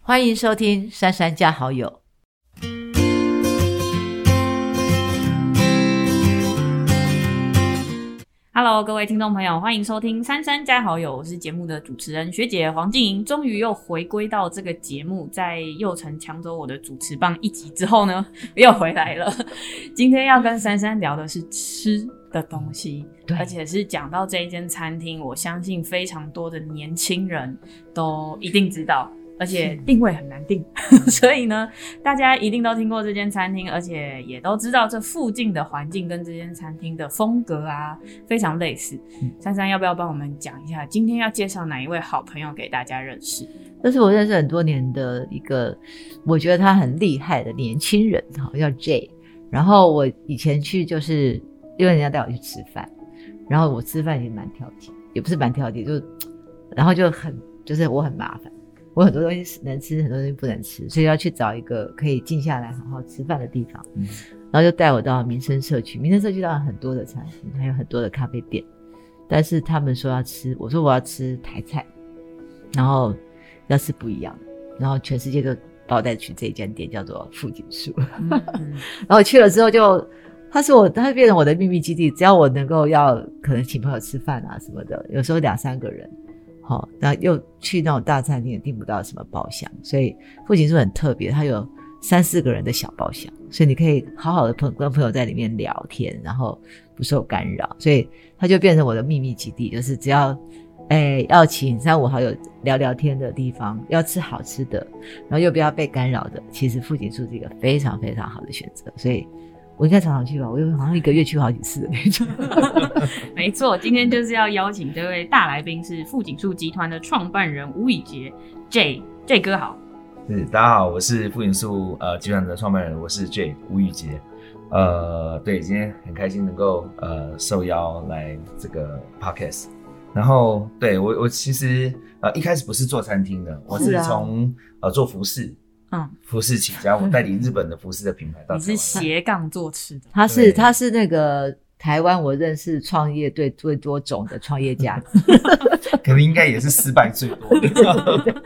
欢迎收听《珊珊加好友》。 Hello，各位听众朋友，欢迎收听《三三加好友》，我是节目的主持人学姐黄静莹，终于又回归到这个节目，在佑成抢走我的主持棒一集之后呢， 又回来了。今天要跟珊珊聊的是吃的东西，对而且是讲到这一间餐厅，我相信非常多的年轻人都一定知道。而且定位很难定， 所以呢，大家一定都听过这间餐厅，而且也都知道这附近的环境跟这间餐厅的风格啊非常类似。珊珊要不要帮我们讲一下，今天要介绍哪一位好朋友给大家认 识？这是我认识很多年的一个，我觉得他很厉害的年轻人，哈，叫 J。然后我以前去就是因为人家带我去吃饭，然后我吃饭也蛮挑剔，也不是蛮挑剔，就然后就很就是我很麻烦，我很多东西是能吃，很多东西不能吃，所以要去找一个可以静下来好好吃饭的地方。嗯然后就带我到民生社区，民生社区当然很多的餐厅，还有很多的咖啡店，但是他们说要吃，我说我要吃台菜，然后要吃不一样的，然后全世界都把我带去这一间店，叫做富锦树。嗯嗯然后去了之后就，他是我，他变成我的秘密基地。只要我能够要，可能请朋友吃饭啊什么的，有时候两三个人，好、然后又去那种大餐厅也订不到什么包厢，所以富锦树很特别，它有三四个人的小包厢，所以你可以好好的朋跟朋友在里面聊天，然后不受干扰，所以它就变成我的秘密基地，就是只要。哎，要请三五好友聊聊天的地方，要吃好吃的，然后又不要被干扰的，其实富锦树是一个非常非常好的选择，所以我应该常常去吧，我有好像一个月去好几次的那 种。没错，今天就是要邀请这位大来宾是富锦树集团的创办人吴以杰 J J 哥好。是，嗯大家好，我是富锦树呃集团的创办人，我是 J 吴宇杰。呃，对，今天很开心能够呃受邀来这个 podcast。然后，对我我其实呃一开始不是做餐厅的，我是是啊从呃做服饰，嗯，服饰起家，我代理日本的服饰的品牌到你台湾是来。斜杠做吃的，他是对他是那个台湾我认识创业最最多种的创业 家，可能应该也是失败最多 的。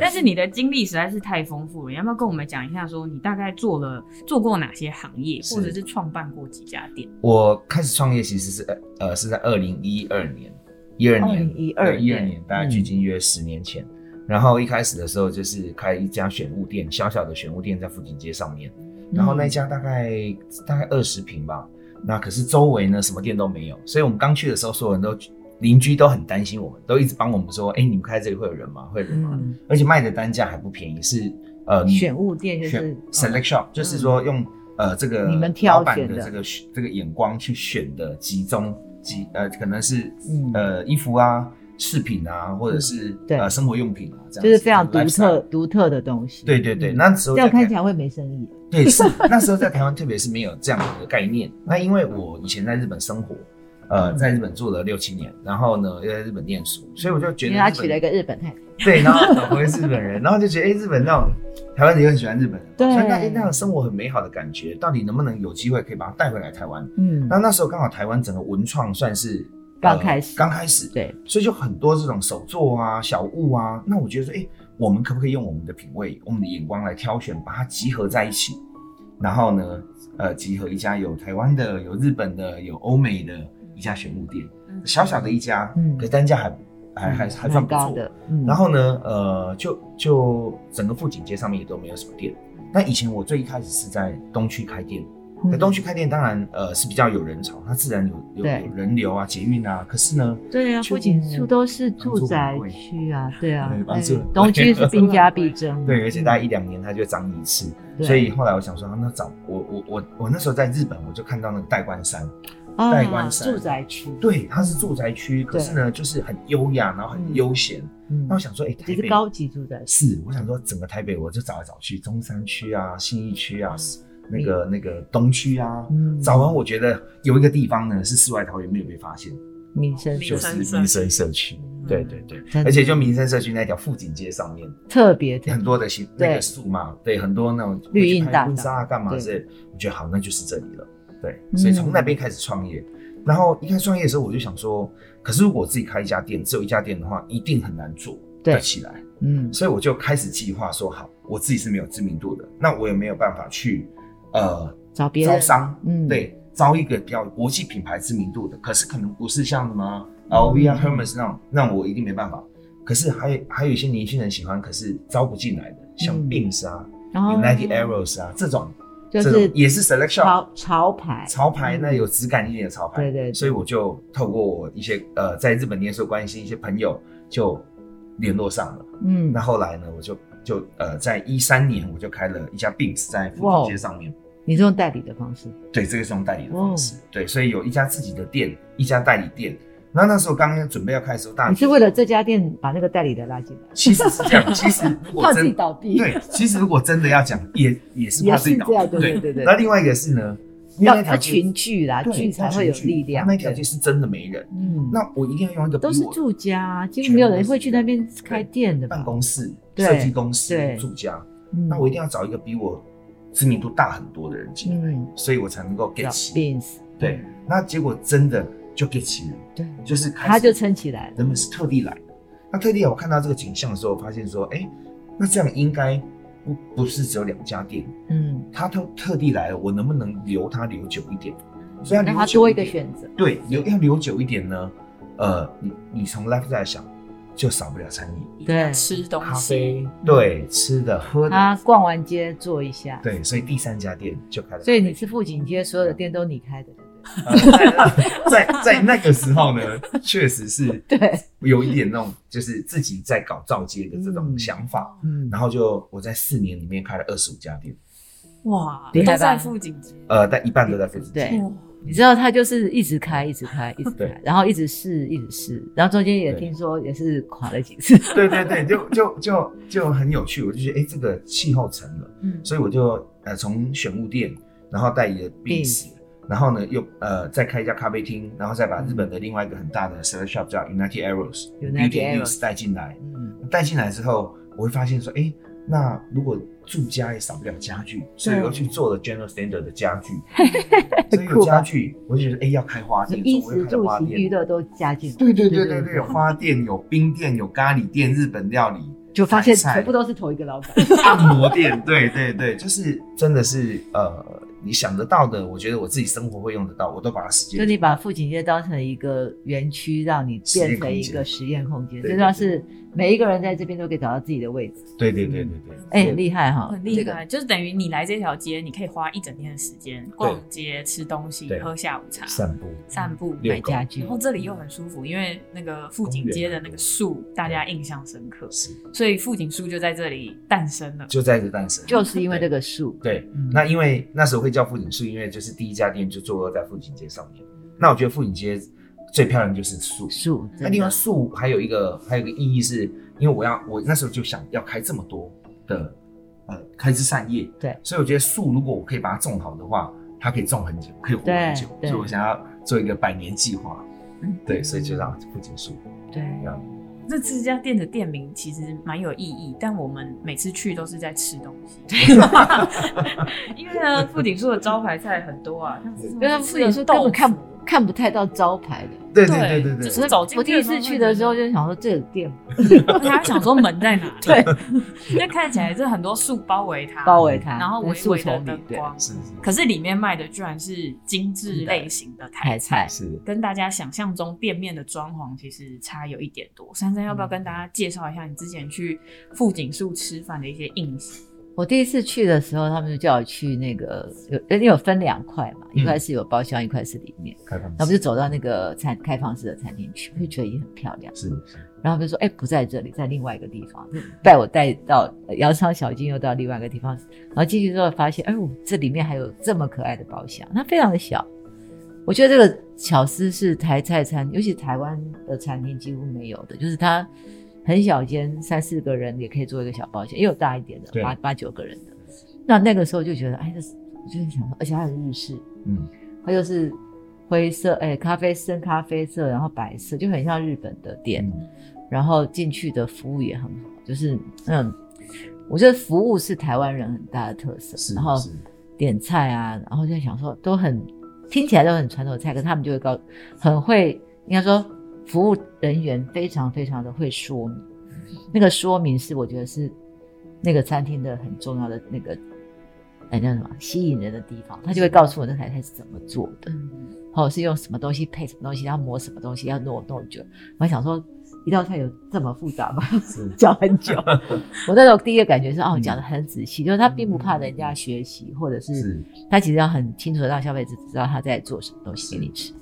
但是你的经历实在是太丰富了，你要不要跟我们讲一下，说你大概做了做过哪些行业，是或者是创办过几家店？我开始创业其实是呃呃是在二零一二年，一二年， 2012一二对年，大概距今约十年前。然后一开始的时候就是开一家选物店，小小的选物店在富锦街上面，然后那家大概、大概二十平吧。那可是周围呢什么店都没有，所以我们刚去的时候，所有人都邻居都很担心我们，都一直帮我们说，哎、你们开这里会有人吗？会有人吗？嗯，而且卖的单价还不便宜，是呃选物店就选是嗯 select shop，、就是说用呃这个你们挑老板选的的这个这个眼光去选的集中集呃可能是、嗯呃衣服啊饰品啊或者是、对呃生活用品啊这样子就是非常独 lifestyle 特独特的东西。对对对，嗯那时候这样在台看起来会没生意。对是那时候在台湾特别是没有这样的一个概念。那因为我以前在日本生活。呃，嗯在日本住了六七年，然后呢又在日本念书，所以我就觉因得为他日本娶了一个日本太太， 对，然后我回日本人，然后就觉得哎、诶日本那种台湾人也很喜欢日本人，对所以那诶那种生活很美好的感觉，到底能不能有机会可以把它带回来台湾？嗯，那那时候刚好台湾整个文创算是呃刚开始刚开始，对，所以就很多这种手作啊、小物啊，那我觉得说，哎、我们可不可以用我们的品味、我们的眼光来挑选，把它集合在一起，然后呢，呃，集合一家有台湾的、有日本的、有欧美的一家选物店，小小的一家，嗯可是单价还还还还算蛮不错高的。嗯然后呢，呃，就就整个富锦街上面也都没有什么店。那以前我最一开始是在东区开店，可嗯东区开店当然呃是比较有人潮，它自然有有对有人流啊、捷运啊。可是嗯呢，对啊，去不仅嗯处都是住宅区啊，对啊对，哎房租很贵东区是兵家必争，对，而且大概一两年它就涨一次，嗯对所以后来我想说，啊那找我我我我那时候在日本，我就看到那个代官山，啊代官山住宅区，对，它是住宅区，可是呢就是很优雅，然后很悠闲。嗯那我想说，哎、这台是北高级住宅区，是，我想说整个台北，我就找来找去，中山区啊、信义区啊，那嗯个那个东区啊，嗯找完我觉得有一个地方呢是世外桃源没有被发现，民生民社就生区社是区嗯民生社区。嗯对对真对，的而且就民生社区那条富锦街上面，特别特很别多的行那对个树嘛，对，很多那种绿会去荫拍大婚道纱啊干嘛对之类的，我觉得好，那就是这里了。对，嗯所以从那边开始创业。然后一开始创业的时候，我就想说，可是如果我自己开一家店，只有一家店的话，一定很难做。对的起来。嗯所以我就开始计划说，好，我自己是没有知名度的，那我也没有办法去呃找别招人，商，嗯，对，招一个比较国际品牌知名度的，可是可能不是像什么嗯 LV 啊、Hermes 那种，那我一定没办法。可是还有还有一些年轻人喜欢，可是招不进来的，像嗯 Beams 啊、然后 United Arrows 啊这种，就这是种也是 Select Shop 潮潮牌，潮牌，嗯那有质感一点的潮牌。对对对所以我就透过我一些呃在日本念书关系一些朋友就联络上了。嗯那，后来呢，我就就呃，在一三年我就开了一家 Beams 在福哇州哦街上面。你是用代理的方式，对，这个是用代理的方哦式。对，所以有一家自己的店，一家代理店。那那时候刚刚准备要开的时候，大你是为了这家店把那个代理的拉进来， 其实是这样，其实如 怕果自己真倒闭，对，其实如果真的要讲，也也是也怕自是己倒这样，对对对对对，那另外一个是呢，因为要那条要街群聚啦，对聚才会有力量。那条街对是真的没人，嗯，那我一定要用一个比都是我住家，啊几全乎没有部人都会是去那边开店的吧？办公室、对设计公司对、住家，嗯，那我一定要找一个比我知名度大很多的人进来。嗯，所以我才能够找 get 起。 beans，对，那结果真的就 get 起了，对，就是开始他就撑起来了。人们是特地来的。那特地来，我看到这个景象的时候，发现说，哎、那这样应该不不是只有两家店，嗯，他都特地来了，我能不能留他留久一点？所以要让留他久多一个点，选择。对，留要留久一点呢，呃，你你从 life 在想，就少不了餐饮、一定对要吃东咖西，啡，对，吃的喝的，他逛完街坐一下。对，所以第三家店就开了。所以你是富锦街所有的店都你开的，呃 在在在那个时候呢，确实是 对不对？有一点那种就是自己在搞造街的这种嗯想法。嗯，然后就我在四年里面开了二十五家店，哇，厉都害吧在附近，呃，但一半都在飞机。对哇你知道他就是一直开，一直开，一直开对，然后一直试，一直试，然后中间也对听说也是垮了几次。对对对，就就就就很有趣，我就觉得哎、诶这个气候成了，嗯，所以我就呃从选物店，然后代理了 b e a s 然后呢又呃再开一家咖啡厅，然后再把日本的另外一个很大的 s e l e shop 叫 United Arrows United Beauty and Arrows Beast 带进来，嗯，带进来之后，我会发现说，哎、那如果住家也少不了家具，所以我又去做了 General Standard 的家 具，所以有家具，我就觉得哎、诶要开花是店，衣所以我食又开了住花行娱店。乐都加进来，对对对对对对对，有花店，有冰店，有咖喱店，日本料理，就发现买菜全部都是同一个老板。按摩店，对对对，就是真的是呃，你想得到的，我觉得我自己生活会用得到，我都把它实就践。你把富锦街当成一个园区，让你变成一个实验空间，实验空间就像是每一个人在这边都可以找到自己的位置，对对对对对，哎、很厉害哈，很厉这个害，就是等于你来这条街，你可以花一整天的时间逛街、吃东西、对喝下午茶、散步，散步。嗯遛买狗啊家具嗯然，后这里又很舒服，因为那个富锦街的那个树，大家印象深刻，是所以富锦树就在这里诞生了。就在这诞生，就是因为这个树，对嗯，那因为那时候会叫富锦树，因为就是第一家店就坐落在富锦街上面。那我觉得富锦街最漂亮的就是树，树那真另外的，树还有一个还有一个意义是，因为我要我那时候就想要开这么多的呃开枝散叶，对，所以我觉得树如果我可以把它种好的话，它可以种很久，可以活很久，对对所以我想要做一个百年计划嗯。对，所以就让富锦树对，这这家店的店名其实蛮有意义，但我们每次去都是在吃东 西， 因为呢，富锦树的招牌菜很多啊，像是什么因为富锦树根本看不看不太到招牌的。对对对对对就是对，走进我第一次去的时候就想说，这有店吗他想说门在哪？ 对，因为看起来是很多树包围它，包围它，然后微树微的丛里灯对光，是可是里面卖的居然是精致类型的台台菜，菜，是是，跟大家想象中店面的装潢其实差有一点多。珊珊要不要跟大家介绍一下你之前去富锦树吃饭的一些印象？我第一次去的时候，他们就叫我去那个有，因为有分两块嘛，一块是有包厢，一块是里面。开放式然后我们就走到那个餐开放式的餐厅去，就觉得也很漂亮。是是然后他们就说：“哎、不在这里，在另外一个地方。”嗯带我带到呃羊肠小径，又到另外一个地方。然后进去之后发现，哎呦，这里面还有这么可爱的包厢，它非常的小。我觉得这个巧思是台菜餐，尤其台湾的餐厅几乎没有的，就是它很小间，三四个人也可以做一个小包厢，也有大一点的，对八八九个人的。那那个时候就觉得，哎，这是我就是想说，而且还有日式，嗯，它就是灰色，哎、咖啡深咖啡色，然后白色，就很像日本的店。嗯然后进去的服务也很好，就是嗯，我觉得服务是台湾人很大的特色。是然后是点菜啊，然后就在想说都很听起来都很传统的菜，可是他们就会告很会，应该说服务人员非常非常的会说明，那个说明是我觉得是那个餐厅的很重要的那个，哎，那叫什么吸引人的地方，他就会告诉我那台菜是怎么做的，嗯，哦，是用什么东西配什么东西，要磨什么东西，要弄多久。我还想说，一道菜有这么复杂吗？ 是讲很 久。我那时候第一个感觉是，哦，嗯讲的很仔细，就是他并不怕人家学习，或者是是他其实要很清楚的让消费者知道他在做什么东西给你吃，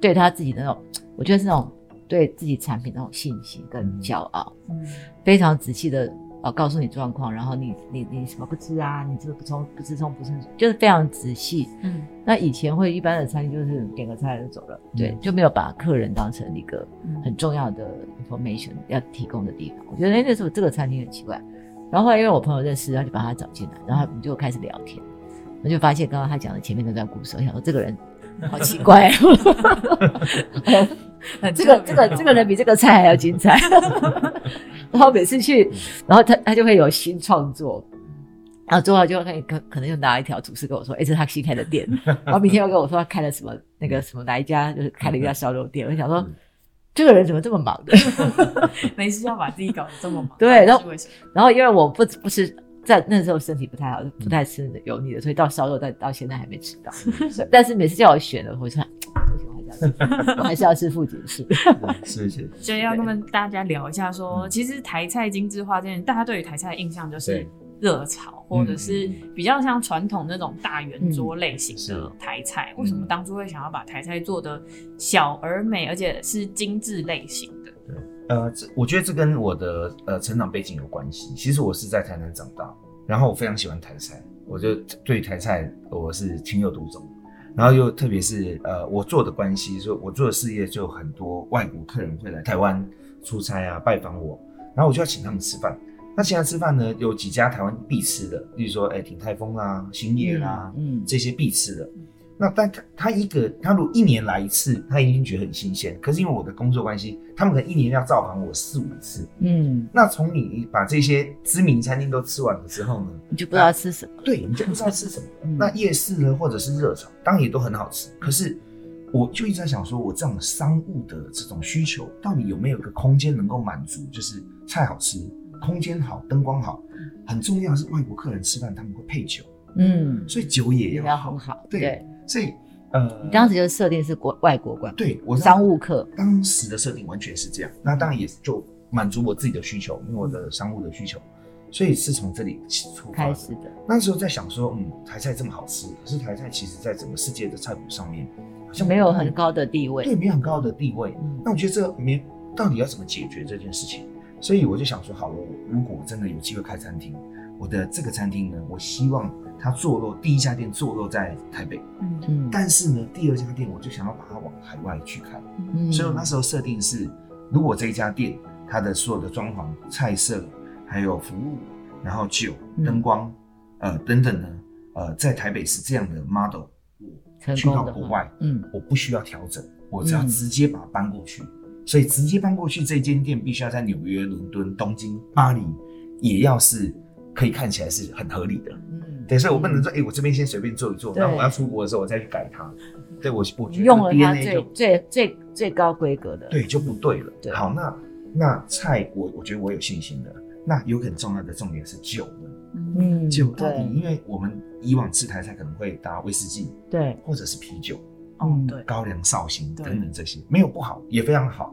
对他自己的那种，我觉得是那种对自己产品的那种信心嗯跟骄傲，嗯非常仔细的。呃，告诉你状况，然后你你你什么不吃啊？你这个不冲不吃冲不吃，就是非常仔细。嗯那以前会一般的餐厅就是点个菜就走了，嗯对，就没有把客人当成一个嗯很重要的 information 要提供的地方。我觉得哎那时候这个餐厅很奇怪，然后后来因为我朋友认识，然后就把他找进来，然后我们就开始聊天，我就发现刚刚他讲的前面那段故事，我想说这个人好奇怪、哦， 很这个 这特别个这个人比这个菜还要精彩。 然后每次去，然后他他就会有新创作，然后做到就可以可可能又拿一条主食跟我说，哎、这是他新开的店，然后明天又跟我说他开了什么那个什么哪一家，就是开了一家烧肉店，我就想说嗯。这个人怎么这么忙的？ 没事要把自己搞得这么忙，对然后到底是为什么？然后因为我不不吃，在那时候身体不太好，不太吃油腻的，所以到烧肉到到现在还没吃到。所以 但是每次叫我选的，我说不行，我还是要吃，我还是要吃富锦式。是是，就要跟大家聊一下说，嗯其实台菜精致化这件，大家对于台菜的印象就是对热炒，或者是比较像传统那种大圆桌类型的嗯台菜。为什么当初会想要把台菜做的小而美，而且是精致类型的？呃，这我觉得这跟我的呃成长背景有关系。其实我是在台南长大，然后我非常喜欢台菜，我就对台菜我是情有独钟。然后又特别是呃，我做的关系，说我做的事业就很多外国客人会来台湾出差啊，拜访我，然后我就要请他们吃饭。那请他吃饭呢，有几家台湾必吃的，例如说哎鼎泰丰啦、兴业啦、嗯，这些必吃的。那但他他一个，他如果一年来一次，他一定觉得很新鲜。可是因为我的工作关系，他们可能一年要造访我四五次。嗯，那从你把这些知名餐厅都吃完了之后呢，你就不知道吃什么。对你就不知道吃什么。嗯那夜市呢，或者是热炒，当然也都很好吃。可是我就一直在想说，我这种商务的这种需求，到底有没有一个空间能够满足？就是菜好吃，空间好，灯光好，很重要的是外国客人吃饭他们会配酒，嗯，所以酒也也要要好很。好。对，所以呃，你当时就设定是国外国馆，对我商务务客，当时的设定完全是这样，那当然也就满足我自己的需求，因为我的商务的需求，所以是从这里出发开的。始的，那时候在想说，嗯，台菜这么好吃，可是台菜其实在整个世界的菜谱上面好像没有不太很高的地位。对，没有很高的地位。嗯那我觉得这没到底要怎么解决这件事情，所以我就想说，好，我如果我真的有机会开餐厅，我的这个餐厅呢，我希望它坐落第一家店坐落在台北，嗯嗯但是呢，第二家店我就想要把它往海外去开。嗯所以我那时候设定是，如果这一家店它的所有的装潢、菜色，还有服务，然后酒、嗯灯光，呃等等呢，呃，在台北是这样的 model，成去功到的国话外，嗯，我不需要调整，我只要嗯直接把它搬过去。所以直接搬过去这间店必须要在纽约、伦敦、东京、巴黎，也要是可以看起来是很合理的。嗯对，所以我不能说，哎、我这边先随便做一做，对那我要出国的时候我再去改它。对我，我觉得用了它 DNA 最就最最最高规格的，对，就不对了。对好，那那菜我我觉得我有信心的。那有很重要的重点是酒呢，嗯嗯，酒到底对因为我们以往吃台菜可能会搭威士忌对，或者是啤酒、哦对，高粱绍兴对等等这些，没有不好，也非常好。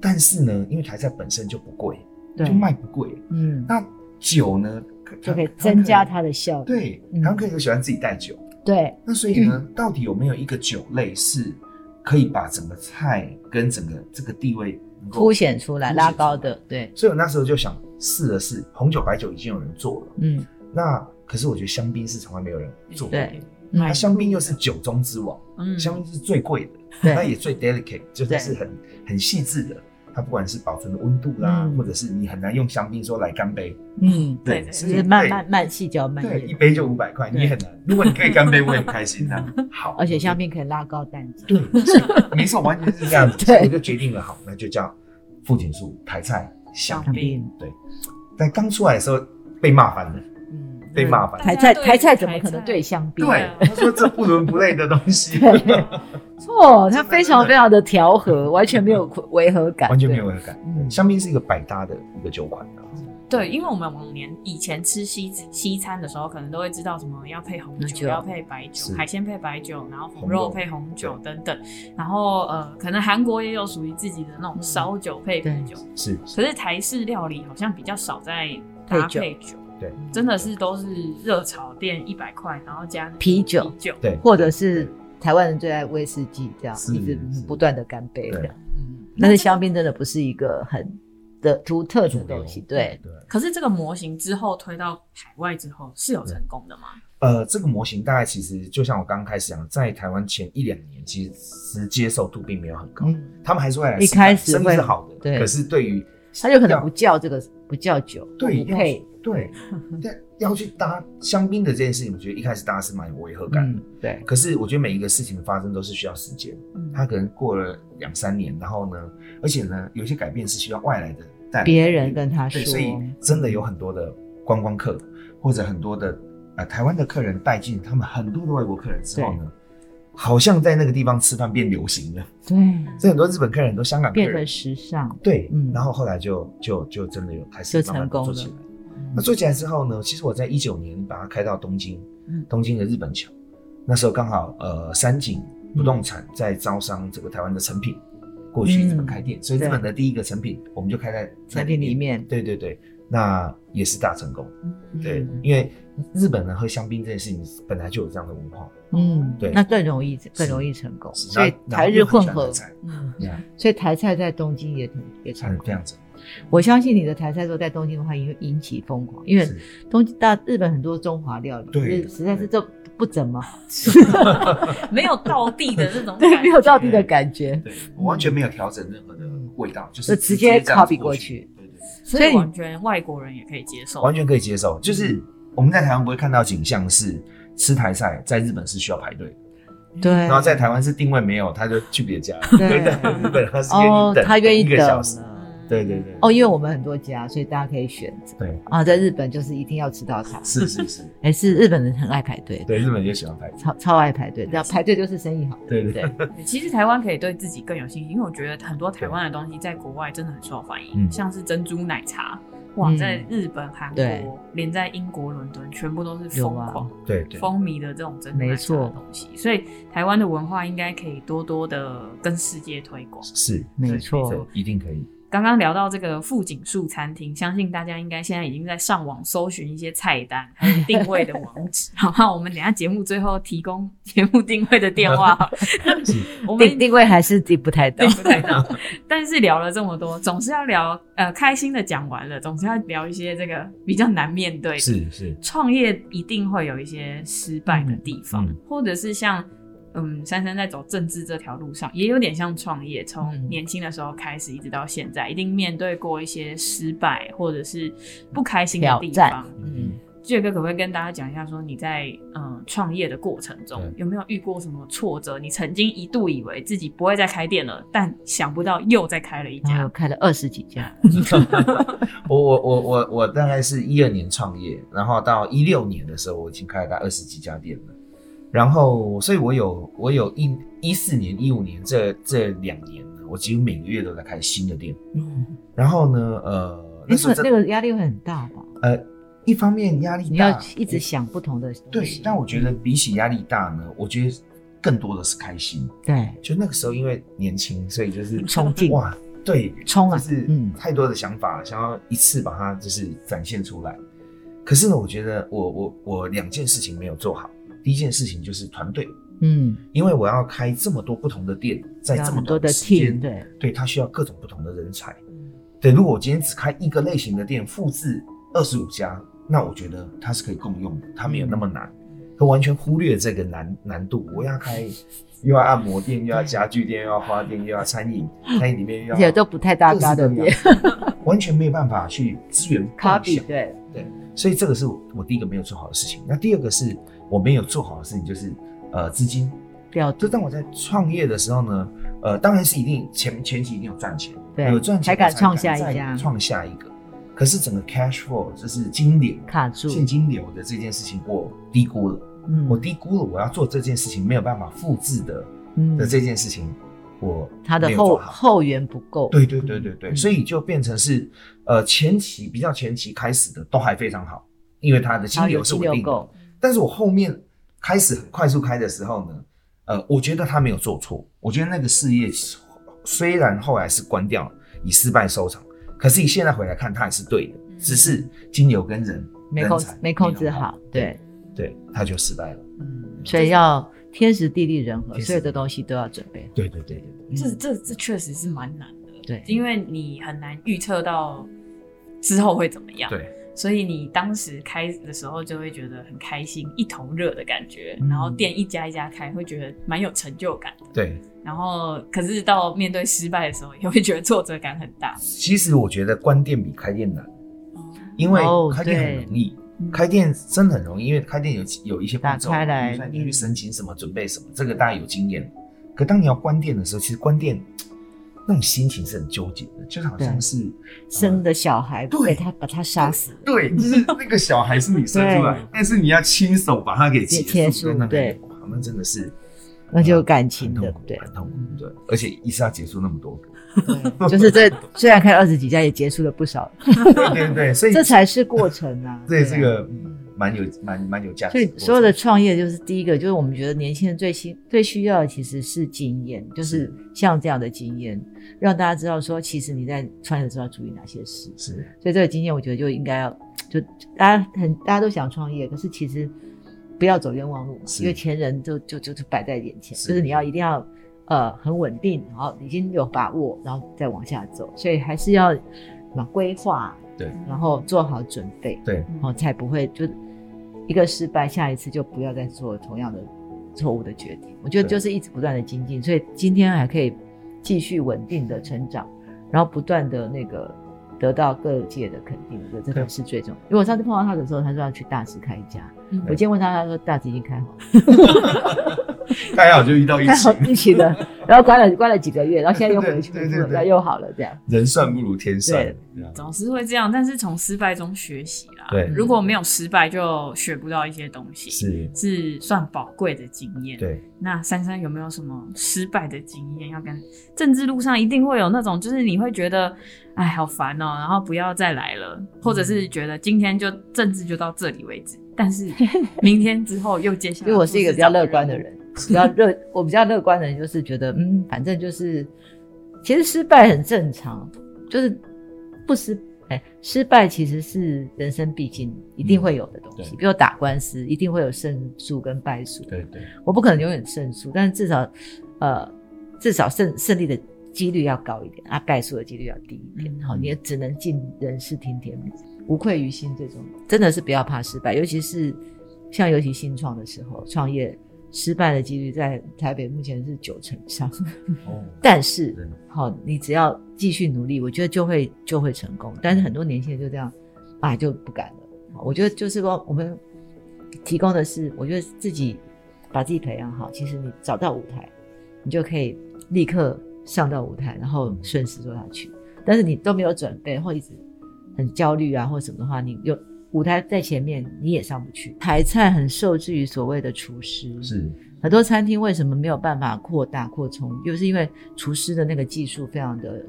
但是呢，因为台菜本身就不贵，对就卖不贵，嗯，那酒呢就可以增加。它它的效率。对，嗯然后可以喜欢自己带酒，对，那所以呢，嗯到底有没有一个酒类是可以把整个菜跟整个这个地位能够凸显出来，凸显拉高的，对，所以我那时候就想试了试，红酒、白酒已经有人做了， 嗯，那可是我觉得香槟是从来没有人做过的对，那香槟又是酒中之王，嗯香槟是最贵的，对那也最 delicate，就是对是很很细致的。它不管是保存的温度啦、嗯或者是你很难用香槟说来干杯，嗯，对对就所以是慢对慢慢细嚼慢对，一咽，杯就五百块，你也 很难。如果你可以干杯，我也很开心的。好，而且香槟可以拉高蛋白。对，是 没错，完全是这样子。 对所以我就决定了，好，那就叫富锦树台菜香香槟。槟嗯对，但刚出来的时候被骂翻了。嗯，被骂吧台菜大家对台菜怎么台可能菜对香槟？对，他说这不伦不类的东西。 对错，它非常非常的调 和，完全没有违和感，完全没有违和感。嗯对香槟是一个百搭的一个酒款啊对，因为我们往年以前吃西西餐的时候，可能都会知道什么要配红红酒酒，要配白酒，是海鲜配白酒，然后红红肉肉配红酒等等。然后呃，可能韩国也有属于自己的那种嗯烧酒配啤对酒，是可是台式料理好像比较少在搭配酒，对，真的是都是热炒店一百块，然后加啤酒啤酒，对，或者是台湾人最爱威士忌，这样是一直是不断的干杯对这样。嗯，但是香槟真的不是一个很的独特的主流东西，对，对。可是这个模型之后推到海外之后是有成功的吗？呃，这个模型大概其实就像我刚开始讲，在台湾前一两年，其实接受度并没有很高，嗯，他们还是会来一试探开始生意会是好的，对可是对于他有可能要不叫这个不叫酒，对不配要，对 但要去搭香槟的这件事情，我觉得一开始大家是蛮有违和感的。嗯，对，可是我觉得每一个事情的发生都是需要时间，嗯，它可能过了两三年，然后呢，而且呢，有一些改变是需要外来的带来别人跟他说对，，所以真的有很多的观光客或者很多的呃台湾的客人带进他们很多的外国客人之后呢，好像在那个地方吃饭变流行了，对所以很多日本客人、很多香港客变得人时尚，对，嗯然后后来就就就真的有开始就慢慢成功做了起来。那做起来之后呢，其实我在一九年把它开到东京嗯，东京的日本桥，那时候刚好呃三井不动嗯产在招商这个台湾的成品，过去日本开嗯店，所以日本的第一个成品我们就开在那产品里。面，对对对，那也是大成功。嗯对，因为日本人喝香槟这件事情本来就有这样的文化，嗯，对那更容易更容易成功，是所以那台日混然后合又很喜欢喝菜，嗯，对啊，所以台菜在东京也也成很功这。样子。我相信你的台菜说在东京的话，也会引起疯狂，因为是东京大日本很多中华料理，对就是实在是这不怎么好吃，没有到地的那 种对，感没觉。有到地的感觉。对我完全没有调整任何的味道，就是就直接这样子 copy 过去去。对对对所所以以你完全外国人也可以接受，完全可以接受。就是嗯我们在台湾不会看到景象是吃台菜，在日本是需要排队，对，然后在台湾是定位没有，他就去别家。对但日本他是愿意哦，等，他愿意一个等小时。嗯对对对。哦，因为我们很多家，所以大家可以选择对，啊。在日本就是一定要吃到它，是是是，哎，是日本人很爱排队，对，日本也喜欢排队。超超爱排队，只要排队就是生意好。对对对，其实台湾可以对自己更有信心，因为我觉得很多台湾的东西在国外真的很受欢迎，嗯像是珍珠奶茶，哇，嗯在日本、韩对国，连在英国伦敦，全部都是有疯啊狂、对对。风靡的这种珍珠没奶茶的错东西。所以台湾的文化应该可以多多的跟世界推广。是，没对错对，一定可以。刚刚聊到这个富锦树餐厅，相信大家应该现在已经在上网搜寻一些菜单，还有定位的网址。 好吧，我们等一下节目最后提供节目定位的电话好了。 我们定定位还是定不太到对，不太到。但是聊了这么多，总是要聊呃开心的讲完了，总是要聊一些这个比较难面对的。是是，创业一定会有一些失败的地方，嗯嗯或者是像嗯珊珊在走政治这条路上，也有点像创业，从嗯年轻的时候开始一直到现在，一定面对过一些失败或者是不开心的挑地战方。。嗯，俊哥可不可以跟大家讲一下，说你在嗯创业的过程中对有没有遇过什么挫折？你曾经一度以为自己不会再开店了，但想不到又再开了一 然家后。开了二十几家，我我我我我大概是一二年创业，然后到一六年的时候，我已经开了大概二十几家店了。然后，所以我有我有一一四年、一五年这这两年呢，我几乎每个月都在开新的店。嗯，然后呢，呃，那那时候个那这个压力会很大吧？呃，一方面压力你大要，一直想不同的东对西。，但我觉得比起压力大呢，我觉得更多的是开心。对就那个时候因为年轻，所以就是冲劲哇，对，冲啊就是嗯太多的想法，想要一次把它就是展现出来。可是呢，我觉得我我我两件事情没有做好。第一件事情就是团队，嗯，因为我要开这么多不同的店，在有这么很多的短时间 team，对，嗯对，它需要各种不同的人才。对，如果我今天只开一个类型的店，复制二十五家，那我觉得它是可以共用的，它没有那么难。可完全忽略这个难难度，我要开又要按摩店，又要家具店，又要花店，又要餐饮，餐饮里面又而且要都不太搭各式嘎的各店样， 完全没有办法去资源共享 copy 对，所以这个是我我第一个没有做好的事情。那第二个是我没有做好的事情，就是呃资金。标就准当我在创业的时候呢，呃，当然是一定前前期一定有赚钱，对有赚钱才敢我创下一再家创下一个。可是整个 cash flow 就是金流、卡住，现金流的这件事情，我低估了，嗯我低估了我要做这件事情没有办法复制的嗯的这件事情，我它的没有后做好后援不够。对对对对对，嗯所以就变成是呃前期比较前期开始的都还非常好，因为他的然金后流有是金稳流定的。够，但是我后面开始很快速开的时候呢，呃，我觉得他没有做错，我觉得那个事业虽然后来是关掉了，以失败收场，可是你现在回来看，他还是对的，只是金流跟人嗯没控人才没控没制有好，对，对，他就失败了。嗯，所以要天时地利人和，天时所有的东西都要准备好。对对对对对。这这这确实是蛮难的，对因为你很难预测到之后会怎么样，对，所以你当时开的时候就会觉得很开心，一头热的感觉，嗯然后店一家一家开，会觉得蛮有成就感的。对，然后，可是到面对失败的时候，也会觉得挫折感很大。其实我觉得关店比开店难，因为哦开店很对容易，嗯开店真的很容易，因为开店有有一些步骤，打开来比如说你去申请什么，准备什么，这个大家有经验。可当你要关店的时候，其实关店那种心情是很纠结的，就是好像对是生的小孩对被他把他杀死，对，就是那个小孩是你生出来 对，但是你要亲手把它给结结束束，那那对哇，那真的是呃那就有感情很的痛苦，，对很痛苦，对，而且一次要结束那么多 个，对，就是这虽然开了二十几家，也结束了不少，对对对，所以这才是过程啊。对啊这个嗯蛮有蛮蛮有价值。所以所有的创业就是第一个，就是我们觉得年轻人最需最需要的其实是经验，就是像这样的经验，让大家知道说，其实你在创业的时候要注意哪些事。是所以这个经验，我觉得就应该要，就大家很大家都想创业，可是其实不要走冤枉路嘛，是因为前人就就就就摆在眼前，是就是你要一定要呃很稳定，然后已经有把握，然后再往下走，所以还是要嘛规划，对然后做好准备，对哦，才不会就一个失败，下一次就不要再做同样的错误的决定。我觉得对就是一直不断的精进，所以今天还可以继续稳定的成长，然后不断的那个得到各界的肯定，我觉得这才对是最重要。因为我上次碰到他的时候，他说要去大直开一家，嗯我今天问他，他说大直已经开好了，大家好就遇到疫开好情，一起 的，然后关了关了几个月，然后现在又回去，对对对对又好了这样。人算不如天算对。对啊总是会这样，但是从失败中学习啦。对如果没有失败，就学不到一些东西，是，是算宝贵的经验。对，那珊珊有没有什么失败的经验要跟？政治路上一定会有那种，就是你会觉得，哎，好烦哦、然后不要再来了，或者嗯是觉得今天就政治就到这里为止，但是明天之后又接 下因来。为我是一个比较乐观的，人，比较乐，我比较乐观的人就是觉得，嗯，反正就是，其实失败很正常，就是不失，哎，失败其实是人生必经一定会有的东西，对比如打官司一定会有胜诉跟败诉，对对我不可能永远胜诉，但是至少，呃，至少胜胜利的几率要高一点，啊，败诉的几率要低一点嗯。好、你也只能尽人事听天命，无愧于心最重要。真的是不要怕失败，尤其是像尤其新创的时候，创业失败的几率在台北目前是九成以上，哦，但是对好、你只要继续努力，我觉得就会就会成功。但是很多年轻人就这样，啊，就不敢了。好我觉得就是说，我们提供的是，我觉得自己把自己培养好，其实你找到舞台，你就可以立刻上到舞台，然后顺势做下去。但是你都没有准备，或一直很焦虑啊，或什么的话，你有舞台在前面，你也上不去。台菜很受制于所谓的厨师，是，很多餐厅为什么没有办法扩大扩充，就是因为厨师的那个技术非常的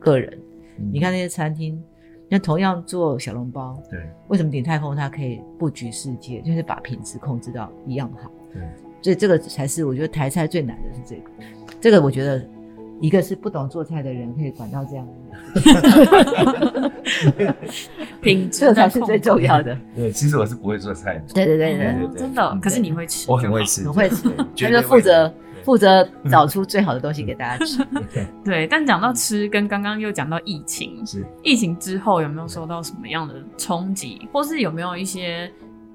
个人。嗯你看那些餐厅，那同样做小笼包，对为什么鼎泰丰它可以布局世界，就是把品质控制到一样好？对所以这个才是我觉得台菜最难的是这个。这个我觉得，一个是不懂做菜的人可以管到这样，品 质这个才是最重要的。的。嗯对，其实我是不会做菜的， 对对对对对，哦真的，可是你会吃就我好，很会吃，很会吃 对，他绝对就负责会负责找出最好的东西给大家 吃。对对，但讲到吃，跟刚刚又讲到疫情，是。疫情之后有没有受到什么样的冲击，或是有没有一些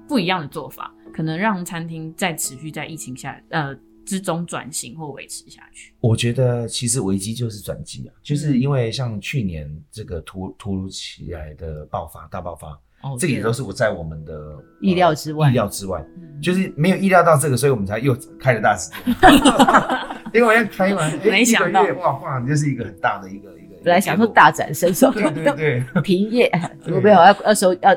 不一样的做法，可能让餐厅在持续在疫情下呃之中转型或维持下去？我觉得其实危机就是转机啊，就是因为像去年这个突突如其来的爆发大爆发，哦这个也都是我在我们的呃意料之外嗯意料之外，就是没有意料到这个，所以我们才又开 了大事件。结果要开完，哎没想到一个月哇哇，就是一个很大的一个一个。本来想说大展身手，对对 对，停业， 对我没有要要收要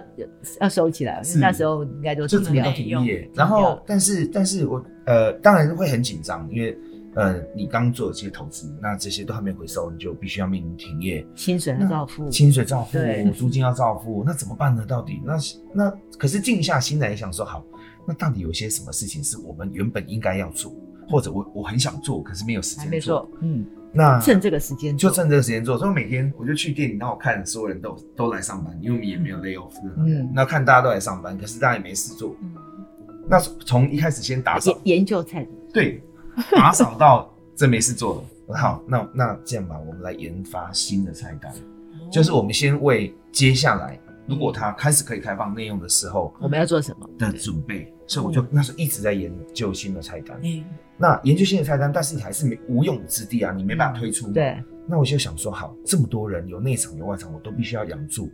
要收起来，因是为那时候应该都就停整个掉 都了。停用业。然后，但是但是我呃，当然会很紧张，因为呃，你刚做了这些投资，那这些都还没回收，你就必须要面临停业，薪水很照付，薪嗯水照付对，租金要照付，那怎么办呢？到底那那可是静下心来想说，好，那到底有些什么事情是我们原本应该要做，或者我我很想做，可是没有嗯时还间没做，做，嗯，那趁这个时间啊就做，趁这个时间做，所以每天我就去店里，然后我看所有人都都来上班，因为我们也没有 lay off，嗯嗯，那看大家都来上班，可是大家也没事做，嗯那从一开始先打扫研，研究菜，对，打扫到真没事做了。好，那那这样吧，我们来研发新的菜单，就是我们先为接下来如果它开始可以开放内用的时候我们要做什么？的准备，所以我就嗯那时候一直在研究新的菜单。哎那研究新的菜单，但是你还是没无用武之地啊，你没办法推出。，嗯对，那我就想说，好，这么多人有内场有外场，我都必须要养住。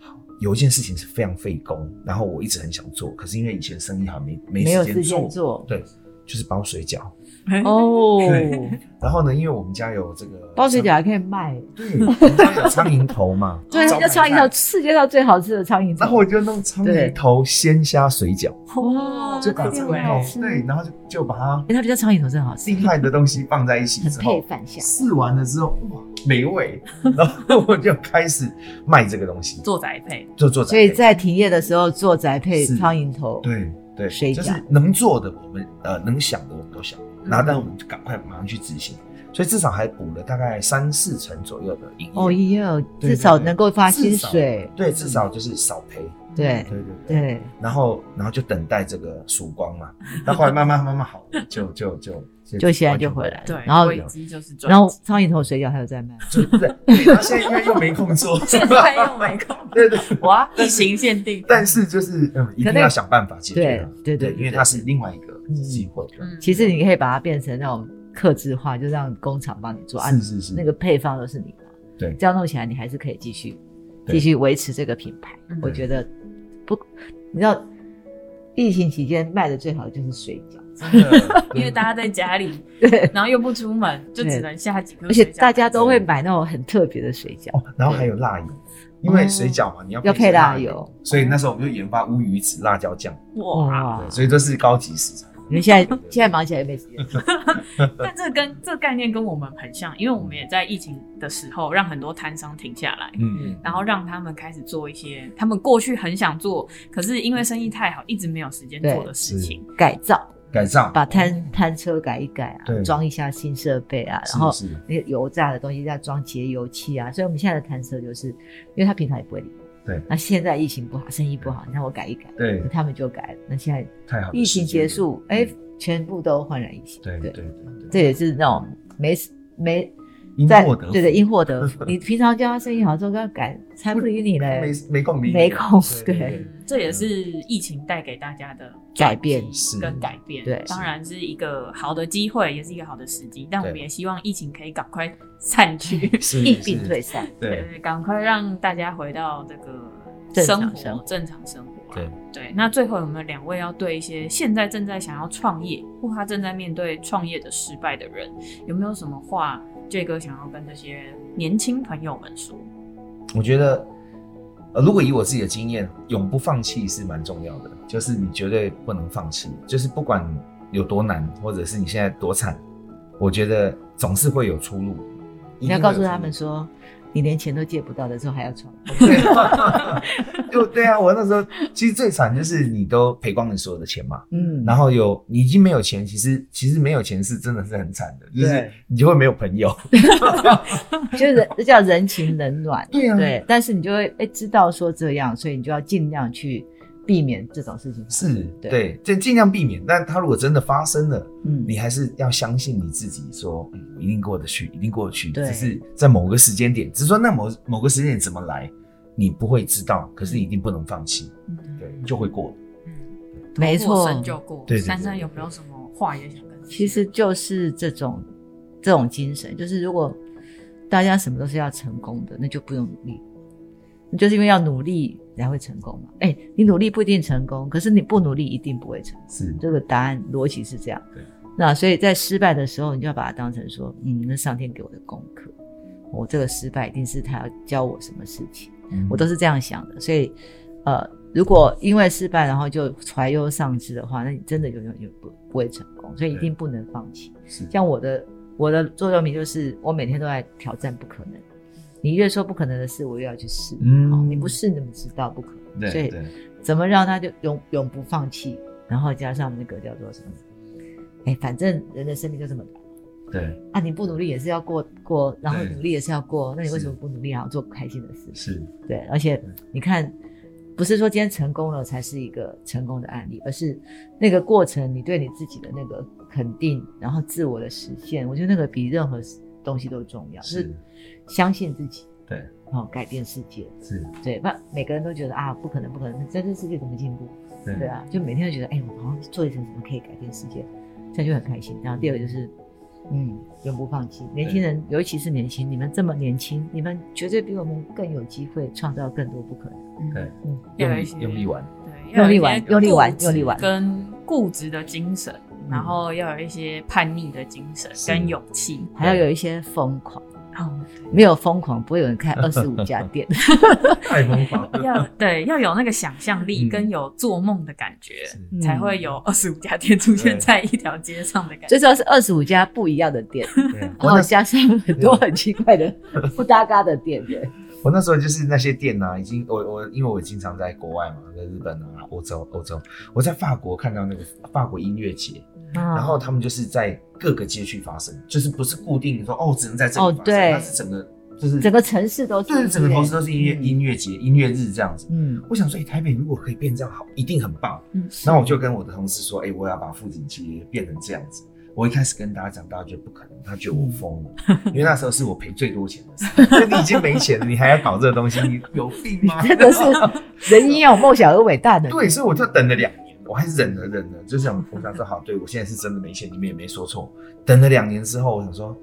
好，有一件事情是非常费工，然后我一直很想做，可是因为以前生意好没没没有时时间间做，做，对，就是包水饺。哦， 对然后呢，因为我们家有这个包水饺，还可以卖，，对，我们家有苍蝇头嘛 对，招那牌苍蝇菜头，世界上最好吃的苍蝇然后头，我就弄苍蝇头鲜虾水饺， 哇就搞把这苍个很好蝇吃头对，然后就就把它哎，他们家苍蝇头真的好吃，厉害的东西放在一起很之配后，饭下，试完了之后，哇，美味，然后我就开始卖这个东西，做宅配，就做宅所以配在停业的时候做宅配是苍蝇头，对对，水饺嗯就是能做的我们呃能想的我们都想，然后但我们就赶快马上去执行，所以至少还补了大概三四成左右的营业，哦，也有对至少能够发薪至少水，对，至少就是少赔，对对对对。对，然后然后就等待这个曙光嘛。那后来慢慢慢慢好， 就就就就现在就回来，对，然后危机就是赚然后苍蝇头水饺还有在卖，就 对对。然后现在因为又没空做， 现在又没空， 对对。哇，疫情限定，但是就是嗯，一定要想办法解决它。对对对对因为它是另外一个机会。嗯其实你可以把它变成那种克制化，就让工厂帮你做，啊是是是，那个配方都是你的，对这样弄起来你还是可以继续对继续维持这个品牌嗯。我觉得不，你知道，疫情期间卖的最好的就是水饺，嗯真的因为大家在家里，对，然后又不出门，就只能下几颗而水且饺，大家都会买那种很特别的水饺，哦，然后还有辣油，因为水饺嘛，你要要配辣辣油，所以那时候我们就研发乌鱼子辣椒酱，哇，哇对，！所以这是高级食材。你们现在现在忙起来也没时 间，但这跟这个概念跟我们很像，因为我们也在疫情的时候让很多摊商停下来。嗯然后让他们开始做一些他们过去很想做，可是因为生意太好，一直没有时间做的事情。改造，改造，把摊摊车改一改啊，嗯对装一下新设备啊，是然后是那个油炸的东西再装节油器啊，所以我们现在的弹舌就是，因为他平常也不会理。对，那现在疫情不好，生意不好，你让我改一改，对，他们就改了。那现在太好了。疫情结束，哎、嗯全部都焕然一新。对对对对，这也是那种没没因在祸得福，对对因祸得 福。你平常叫他生意好之后跟他改，才不理你没嘞。没空理你，没空对嗯，这也是疫情带给大家的改变转是机跟改变。对当然是一个好的机会，也是一个好的时机。但我们对也希望疫情可以赶快散去，是疫病退，是散，对，赶快让大家回到这个正常生活生活正常生活啊。对对，那最后有没有两位要对一些现在正在想要创业或他正在面对创业的失败的人，有没有什么话这哥想要跟这些年轻朋友们说？我觉得，呃，如果以我自己的经验，永不放弃是蛮重要的，就是你绝对不能放弃，就是不管有多难，或者是你现在多惨，我觉得总是会有出路。你要告诉他们说，你连钱都借不到的时候还要创业， 对， 就对啊，我那时候其实最惨就是你都赔光你所有的钱嘛，嗯，然后有你已经没有钱，其实其实没有钱是真的是很惨的，就是对你就会没有朋友。就是这叫人情冷暖。对啊，对，但是你就会哎、知道说这样，所以你就要尽量去避免这种事情。是对对，尽尽量避免。但他如果真的发生了，嗯，你还是要相信你自己说，嗯，我一定过得去，一定过得去。对只是在某个时间点，只是说那某某个时间点怎么来，你不会知道，可是你一定不能放弃，嗯，对，就会过。嗯，没过错，身就过。对对对珊珊有没有什么话也想跟？其实就是这种这种精神，就是如果大家什么都是要成功的，那就不用努力，你就是因为要努力才会成功嘛。哎、你努力不一定成功，可是你不努力一定不会成功。是，这个答案逻辑是这样。对。那所以在失败的时候，你就要把它当成说，嗯，那上天给我的功课，哦我这个失败一定是他要教我什么事情。嗯我都是这样想的，所以呃，如果因为失败然后就怀忧丧志的话，那你真的永远就不不会成功，所以一定不能放弃。是像我的我的座右铭就是，我每天都在挑战不可能。你越说不可能的事，我越要去试。嗯哦你不试你怎么知道不可能？所对以对，怎么让他就永永不放弃？然后加上那个叫做什么？哎，反正人的生命就这么短对啊，你不努力也是要过过，然后对努力也是要过，那你为是什么不努力，然后做开心的事？是，对，而且你看，不是说今天成功了才是一个成功的案例，而是那个过程，你对你自己的那个肯定，然后自我的实现，我觉得那个比任何东西都重要，是相信自己，对，哦，改变世界，是，对，不，每个人都觉得啊，不可能，不可能，在这世界怎么进步？对对啊，就每天都觉得，哎、我好像做一点什么可以改变世界，这样就很开心。然后第二个就是，嗯，永不放弃。年轻人，尤其是年轻，你们这么年轻，你们绝对比我们更有机会创造更多不可能。对，嗯，要有用一力些用力玩，对，用力玩要有一用些力玩固执用力玩嗯跟固执的精神，然后要有一些叛逆的精神是跟勇气。还要有一些疯狂，哦，没有疯狂不会有人 开二十五家店。 太疯狂 了，要 对，要有那个想象力嗯跟有做梦的感觉，是嗯才会有二十五家店出现在一条街上的感觉。最主要是二十五家不一样的 店，对啊然后加上很多很奇怪的不搭嘎的店，对，我那时候就是那些店啊呐、已经我我因为我经常在国外嘛，在日本啊、欧洲、欧洲，我在法国看到那个法国音乐节， 然啊嗯后他们就是在各个街区发生，就是不是固定说哦只能在这里哦发生，对它是整个就是整个城市都是对整个城市都是音乐、嗯音乐节、音乐日这样子。嗯，我想说，哎、台北如果可以变这样好，一定很棒。嗯那我就跟我的同事说，哎、我要把富锦街变成这样子。我一开始跟大家讲，大家觉得不可能，他觉嗯得我疯了，因为那时候是我赔最多钱的 时候，因为你已经没钱了，你还要搞这个东西，你有病吗？真的是人应要有梦想而伟大的，对，所以我就等了两年，我还是忍了忍了，就想我想说好，对我现在是真的没钱，你们也没说错。等了两年之后，我想说，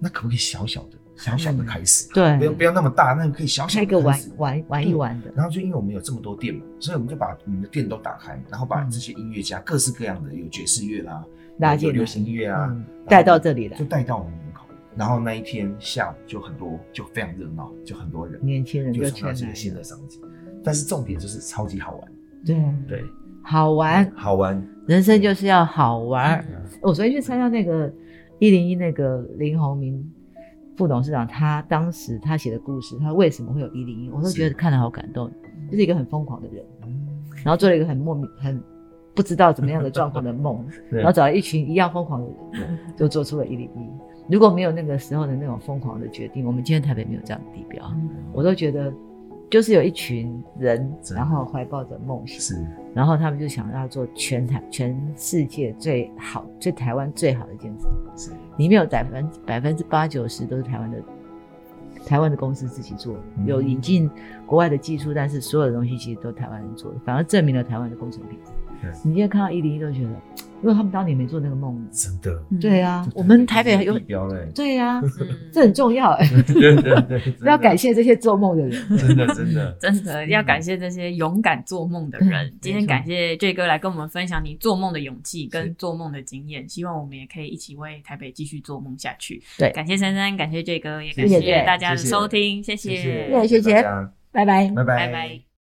那可不可以小小的、小小的开始？对不要不要那么大，那可以小小嗯开的个开玩始。玩玩一玩的，然后就因为我们有这么多店嘛，所以我们就把我们的店都打开，然后把这些音乐家各式各样的有爵士乐啦、嗯拉进有来流行音乐啊，嗯，带到这里来就，带到我们门口。然后那一天下午就很多，就非常热闹，就很多人，年轻人就就创全造这来个新了的，商机。但是重点就是超级好玩，对，对，好玩，好玩，人生就是要好玩。嗯我昨天去参加那个一零一那个林宏明副董事长，他当时他写的故事，他为什么会有一零一，我都觉是得看了好感动，就是一个很疯狂的人，嗯然后做了一个很莫名很。不知道怎么样的状况的梦，对然后找了一群一样疯狂的人，就做出了一零一。如果没有那个时候的那种疯狂的决定，我们今天台北没有这样的地标。嗯我都觉得就是有一群人，真的然后怀抱着梦想，是然后他们就想要做全台、全世界最好、最台湾最好的建筑，是，里面有百分百分之八九十都是台湾的。台湾的公司自己做，嗯有引进国外的技术，但是所有的东西其实都台湾人做的，反而证明了台湾的工程品质。对你今天看到一零一都觉得，如果他们当年没做那个梦，真的。嗯对，啊就，我们台北有，地标嘞对啊，嗯这很重要、欸， 对对对，要感谢，谢这些做梦的人。真的真 的，真的要感谢这些勇敢做梦的人。今天感谢 J 哥来跟我们分享你做梦的勇气是跟做梦的经验，希望我们也可以一起为台北继续做梦下去。对感谢珊珊，感谢 J 哥，也谢感谢谢大家的谢谢收听，谢谢，谢谢大家拜拜。拜拜拜拜